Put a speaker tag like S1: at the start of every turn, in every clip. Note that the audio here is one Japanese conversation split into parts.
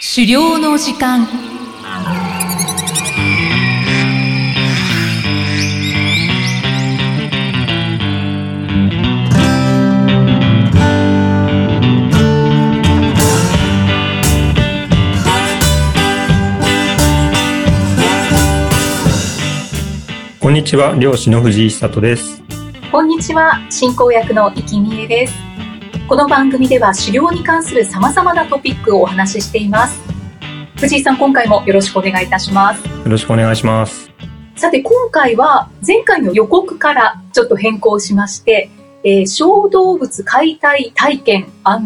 S1: 狩猟の時間
S2: こんにちは、漁師の藤井久人です。
S3: こんにちは進行役の生きみえですこの番組では狩猟に関する様々なトピックをお話ししています藤井さん今回もよろしくお願いいたします
S2: よろしくお願いします。
S3: さて今回は前回の予告からちょっと変更しまして、えー小動物解体体験ア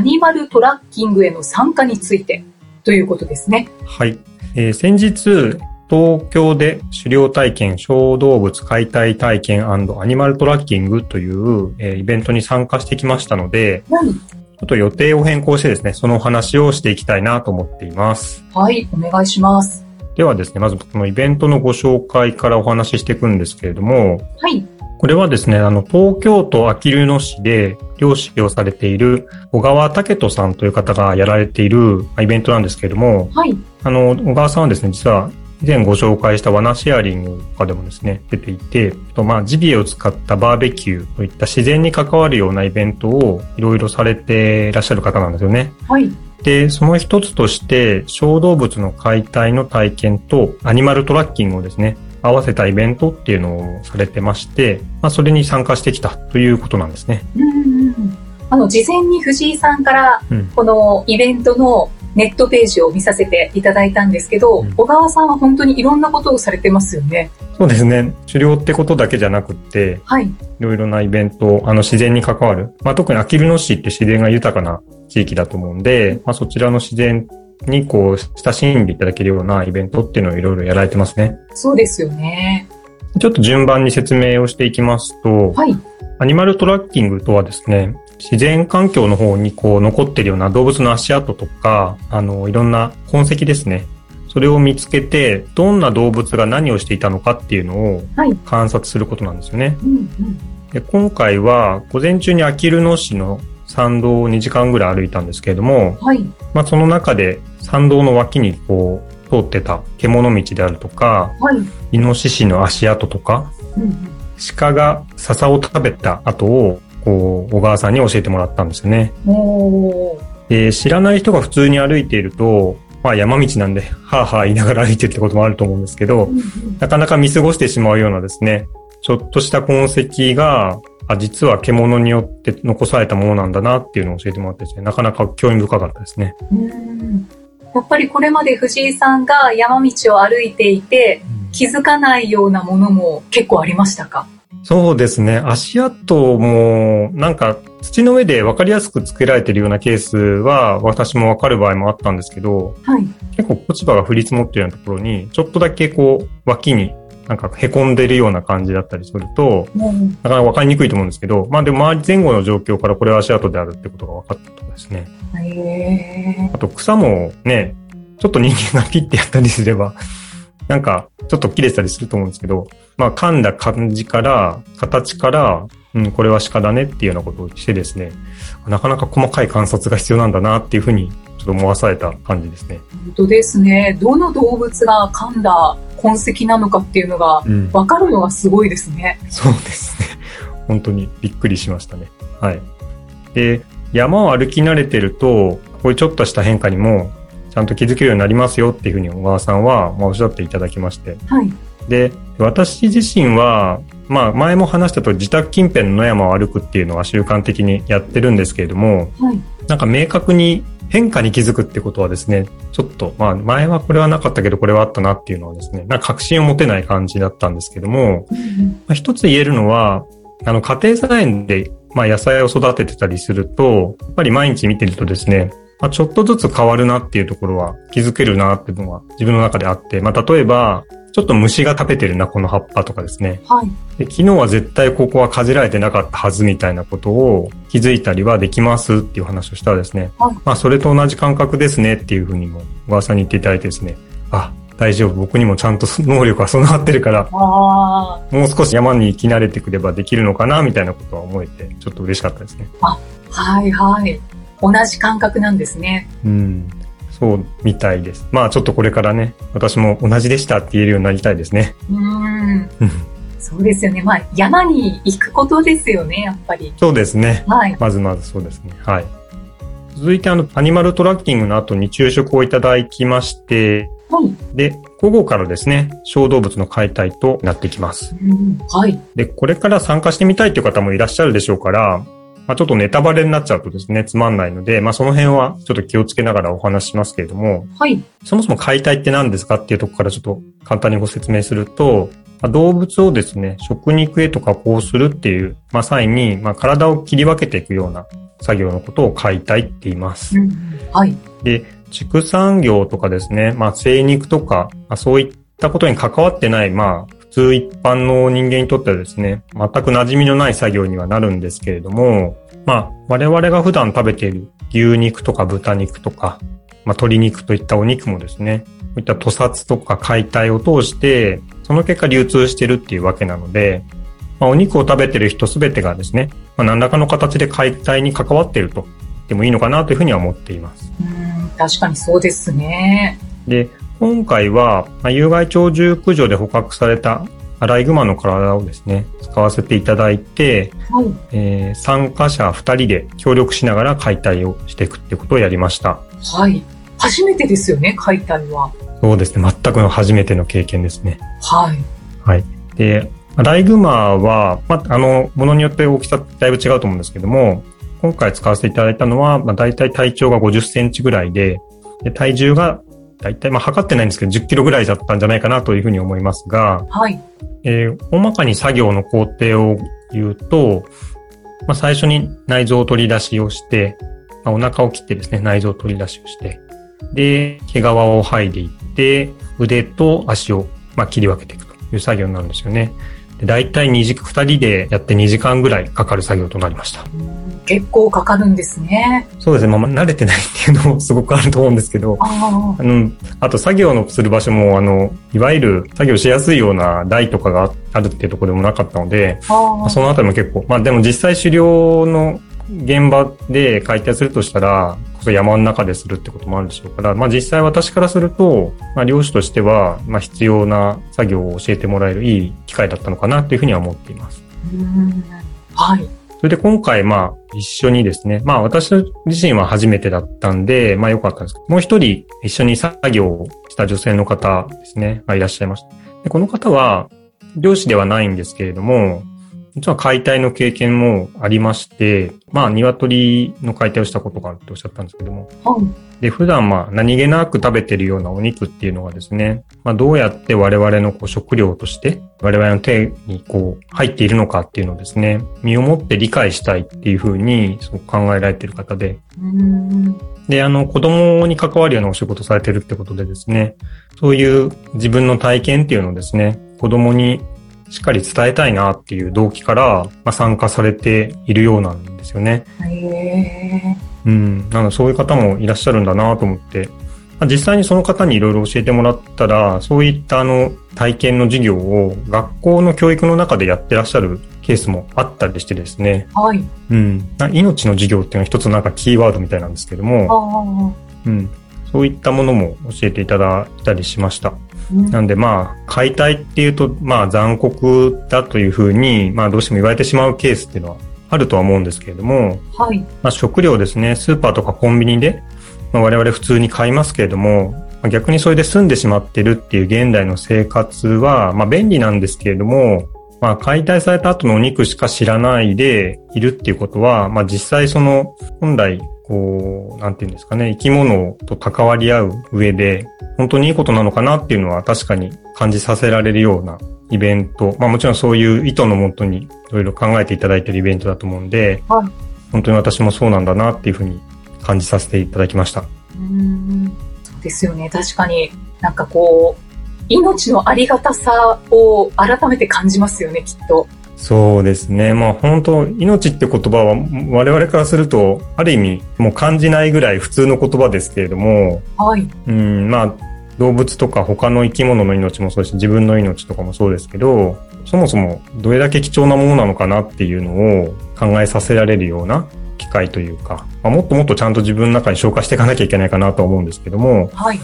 S3: ニマルトラッキングへの参加についてということですね
S2: はい。えー先日、東京で狩猟体験、小動物解体体験アニマルトラッキングという、えーイベントに参加してきましたので、
S3: 何
S2: ちょっと予定を変更してですね、そのお話をしていきたいなと思っています。
S3: はいお願いします
S2: ではですね、まずこのイベントのご紹介からお話ししていくんですけれども、
S3: はい
S2: これはですね、あの、東京都あきる野市で漁師をされている小川武人さんという方がやられているまあイベントなんですけれども、
S3: はい
S2: あの、小川さんはですね、実は以前ご紹介したワナシェアリングとかでもですね、出ていて、とまあ、ジビエを使ったバーベキューといった自然に関わるようなイベントをいろいろされていらっしゃる方なんですよね。
S3: はい
S2: で、その一つとして、小動物の解体の体験とアニマルトラッキングをですね、合わせたイベントっていうのをされてまして、まあ、それに参加してきたということなんですね。
S3: うんうんうんあの事前に藤井さんから
S2: うん。
S3: このイベントのネットページを見させていただいたんですけど、
S2: うん
S3: 小川さんは本当にいろんなことをされてますよね。
S2: そうですね。狩猟ってことだけじゃなくって、
S3: はい。
S2: いろいろなイベント、あの自然に関わる。まあ、特にあきる野市って自然が豊かな地域だと思うんで、まあ、そちらの自然にこう、親しんでいただけるようなイベントっていうのをいろいろやられてますね。
S3: そうですよね。
S2: ちょっと順番に説明をしていきますと、
S3: はい。
S2: アニマルトラッキングとはですね、自然環境の方にこう残ってるような動物の足跡とか、あの、いろんな痕跡ですね。それを見つけて、どんな動物が何をしていたのかっていうのを
S3: はい
S2: 観察することなんですよね。
S3: うんうん。
S2: で今回は午前中にあきる野市の参道を2時間ぐらい歩いたんですけれども、
S3: はい。
S2: まあ、その中で参道の脇にこう通ってた獣道であるとか
S3: はい。
S2: イノシシの足跡とか
S3: うんうん。
S2: 鹿が笹を食べた跡をこう小川さんに教えてもらったんですよね。
S3: おー
S2: で知らない人が普通に歩いていると、まあ、山道なんではあはあ言いながら歩いてるってこともあると思うんですけど、
S3: うんうん
S2: なかなか見過ごしてしまうようなですね、ちょっとした痕跡が、あ、実は獣によって残されたものなんだなっていうのを教えてもらってですね、なかなか興味深かったですね。
S3: うんやっぱりこれまで藤井さんが山道を歩いていて気づかないようなものも結構ありましたか
S2: そうですね、足跡も、なんか土の上で分かりやすくつけられてるようなケースは、私も分かる場合もあったんですけど、
S3: はい。
S2: 結構落ち葉が降り積もってるようなところに、ちょっとだけこう、脇に、なんか凹んでるような感じだったりすると、
S3: もう
S2: なかなか分かりにくいと思うんですけど、まあでも周り前後の状況からこれは足跡であるってことが分かったとかですね。
S3: へえ
S2: あと草もね、ちょっと人間が切ってやったりすれば、 なんかちょっと切れてたりすると思うんですけど、まあ噛んだ感じから、形から、うん、これは鹿だねっていうようなことをしてですね、なかなか細かい観察が必要なんだなっていうふうに、ちょっと思わされた感じですね。
S3: 本当ですね。どの動物が噛んだ痕跡なのかっていうのが
S2: うん。
S3: 分かるのがすごいですね。
S2: そうですね。本当にびっくりしましたね。はい。で、山を歩き慣れてると、こういうちょっとした変化にも、ちゃんと気づけるようになりますよっていうふうに小川さんは、まあ、おっしゃっていただきまして、
S3: はい。
S2: で、私自身は、まあ前も話したと自宅近辺の野山を歩くっていうのは習慣的にやってるんですけれども、
S3: はい。
S2: なんか明確に変化に気づくってことはですね、ちょっと、まあ前はこれはなかったけどこれはあったなっていうのはですね、なんか確信を持てない感じだったんですけども、まあ一つ言えるのは、あの家庭菜園で、まあ野菜を育ててたりすると、やっぱり毎日見てるとですね、まあ、ちょっとずつ変わるなっていうところは気づけるなっていうのは自分の中であって、まあ例えば、ちょっと虫が食べてるな、この葉っぱとかですね。
S3: はい。
S2: で昨日は絶対ここはかじられてなかったはずみたいなことを気づいたりはできますっていう話をしたらですね、
S3: はい
S2: まあそれと同じ感覚ですねっていうふうにも小川さんに言っていただいてですね、あ、大丈夫、僕にもちゃんと能力が備わってるから、
S3: あ
S2: もう少し山に行き慣れてくればできるのかなみたいなことは思えて、ちょっと嬉しかったですね。
S3: あ。はいはい。同じ感覚なんですね。
S2: うん。そうみたいです。まあちょっとこれからね、私も同じでしたって言えるようになりたいですね。
S3: うん。そうですよね。まあ、山に行くことですよね、やっぱり。
S2: そうですね。
S3: はい。
S2: まずまずそうですね。はい。続いてあの、アニマルトラッキングの後に昼食をいただきまして、
S3: はい。
S2: で、午後からですね、小動物の解体となってきます。
S3: うん、はい。
S2: で、これから参加してみたいという方もいらっしゃるでしょうから、まあ、ちょっとネタバレになっちゃうとですね、つまんないので、まあ、その辺はちょっと気をつけながらお話ししますけれども、
S3: はい。
S2: そもそも解体って何ですかっていうところからちょっと簡単にご説明すると、まあ動物をですね、食肉へと加工するっていう、まあ、際に、まあ、体を切り分けていくような作業のことを解体って言います
S3: う。ん、はい。
S2: で、畜産業とかですね、まあ、生肉とか、まあ、そういったことに関わってない、まあ、普通一般の人間にとってはですね、全く馴染みのない作業にはなるんですけれども、まあ、我々が普段食べている牛肉とか豚肉とか、まあ、鶏肉といったお肉もですね、こういった屠殺とか解体を通して、その結果流通してるっていうわけなので、まあ、お肉を食べてる人すべてがですね、まあ、何らかの形で解体に関わっていると言ってもいいのかなというふうには思っています。
S3: うん、確かにそうですね。
S2: で、今回は、まあ有害鳥獣駆除で捕獲されたアライグマの体をですね、使わせていただいて、
S3: はい。
S2: えー参加者2人で協力しながら解体をしていくってことをやりました。
S3: はい。初めてですよね、解体は。
S2: そうですね、全くの初めての経験ですね。
S3: はい。
S2: で、アライグマは、まあ、あの、ものによって大きさだいぶ違うと思うんですけども、今回使わせていただいたのは、まあ、大体体長が50センチぐらいで、で体重が大体、まあ、測ってないんですけど、10キロぐらいだったんじゃないかなというふうに思いますが、
S3: はい。
S2: えー大まかに作業の工程を言うと、まあ、最初に内臓を取り出しをして、まあ、お腹を切ってですね、内臓を取り出しをして、で、毛皮を剥いでいって、腕と足を、まあ、切り分けていくという作業になるんですよね。で大体2時、2人でやって2時間ぐらいかかる作業となりました。
S3: うん結構かかるんですね。
S2: そうですね、まあ、慣れてないっていうのもすごくあると思うんですけど、
S3: あ
S2: あの、あと作業のする場所も、あの、いわゆる作業しやすいような台とかがあるっていうところでもなかったので、
S3: あ。あ
S2: まあ
S3: あ。
S2: そのあたりも結構、まあでも実際狩猟の現場で解体するとしたら、こそ山の中でするってこともあるでしょうから、まあ実際私からすると、まあ漁師としては、まあ必要な作業を教えてもらえるいい機会だったのかなというふうには思っています。
S3: うんはい。
S2: それで今回まあ一緒にですね、まあ私自身は初めてだったんで、まあ良かったんですけど、もう一人一緒に作業をした女性の方ですね、がいらっしゃいました。でこの方は漁師ではないんですけれども、実は解体の経験もありまして、まあ鶏の解体をしたことがあるっておっしゃったんですけども、
S3: はい。
S2: で、普段まあ何気なく食べてるようなお肉っていうのはですね、まあどうやって我々のこう食料として我々の手にこう入っているのかっていうのをですね、身をもって理解したいっていうふうにすごく考えられている方で、
S3: うん。
S2: で、あの子供に関わるようなお仕事されてるってことでですね、そういう自分の体験っていうのをですね、子供にしっかり伝えたいなっていう動機から、まあ、参加されているようなんですよね。
S3: へえ。
S2: うん、なのでそういう方もいらっしゃるんだなと思って、まあ実際にその方にいろいろ教えてもらったら、そういったあの体験の授業を学校の教育の中でやってらっしゃるケースもあったりしてですね、
S3: はい。
S2: うん、な命の授業っていうのは一つなんかキーワードみたいなんですけど
S3: あ
S2: も、
S3: あ。
S2: うん、そういったものも教えていただいたりしました。
S3: うん
S2: なんでまあ、解体っていうと、まあ残酷だというふうに、まあどうしても言われてしまうケースっていうのはあるとは思うんですけれども、
S3: はい。
S2: まあ、食料ですね、スーパーとかコンビニで、まあ、我々普通に買いますけれども、まあ逆にそれで済んでしまってるっていう現代の生活は、まあ、便利なんですけれども、まあ、解体された後のお肉しか知らないでいるっていうことは、まあ、実際その、本来、こう、なんていうんですかね、生き物と関わり合う上で、本当にいいことなのかなっていうのは確かに感じさせられるようなイベント。まあもちろんそういう意図のもとにいろいろ考えていただいているイベントだと思うんで、
S3: はい
S2: 本当に私もそうなんだなっていうふうに感じさせていただきました。
S3: うん。そうですよね。確かになんかこう、命のありがたさを改めて感じますよね、きっと。
S2: そうですね。まあ本当、命って言葉は我々からすると、ある意味もう感じないぐらい普通の言葉ですけれども、
S3: はい。
S2: うん、まあ、動物とか他の生き物の命もそうですし、自分の命とかもそうですけど、そもそもどれだけ貴重なものなのかなっていうのを考えさせられるような機会というか、まあ、もっともっとちゃんと自分の中に消化していかなきゃいけないかなと思うんですけども、
S3: はい。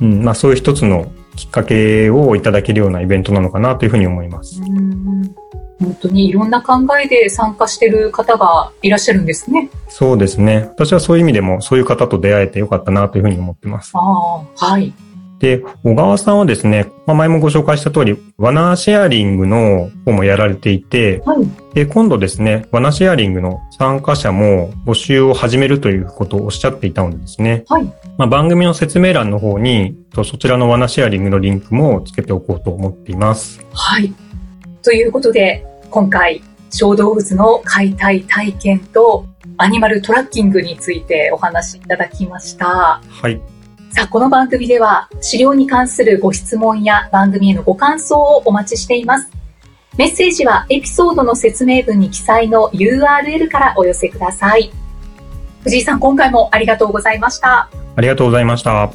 S2: うん、まあそういう一つのきっかけをいただけるようなイベントなのかなというふうに思います。
S3: うん本当にいろんな考えで参加してる方がいらっしゃるんですね。
S2: そうですね。私はそういう意味でもそういう方と出会えてよかったなというふうに思ってます。
S3: ああ、はい。
S2: で、小川さんはですね、まあ、前もご紹介した通り、ワナーシェアリングの方もやられていて、
S3: はい。
S2: で、今度ですね、ワナーシェアリングの参加者も募集を始めるということをおっしゃっていたのでですね、
S3: はい。
S2: まあ、番組の説明欄の方に、とそちらのワナーシェアリングのリンクもつけておこうと思っています。
S3: はい。ということで、今回、小動物の解体体験とアニマルトラッキングについてお話しいただきました。
S2: はい。
S3: さあ、この番組では、資料に関するご質問や番組へのご感想をお待ちしています。メッセージはエピソードの説明文に記載の URL からお寄せください。藤井さん、今回もありがとうございました。
S2: ありがとうございました。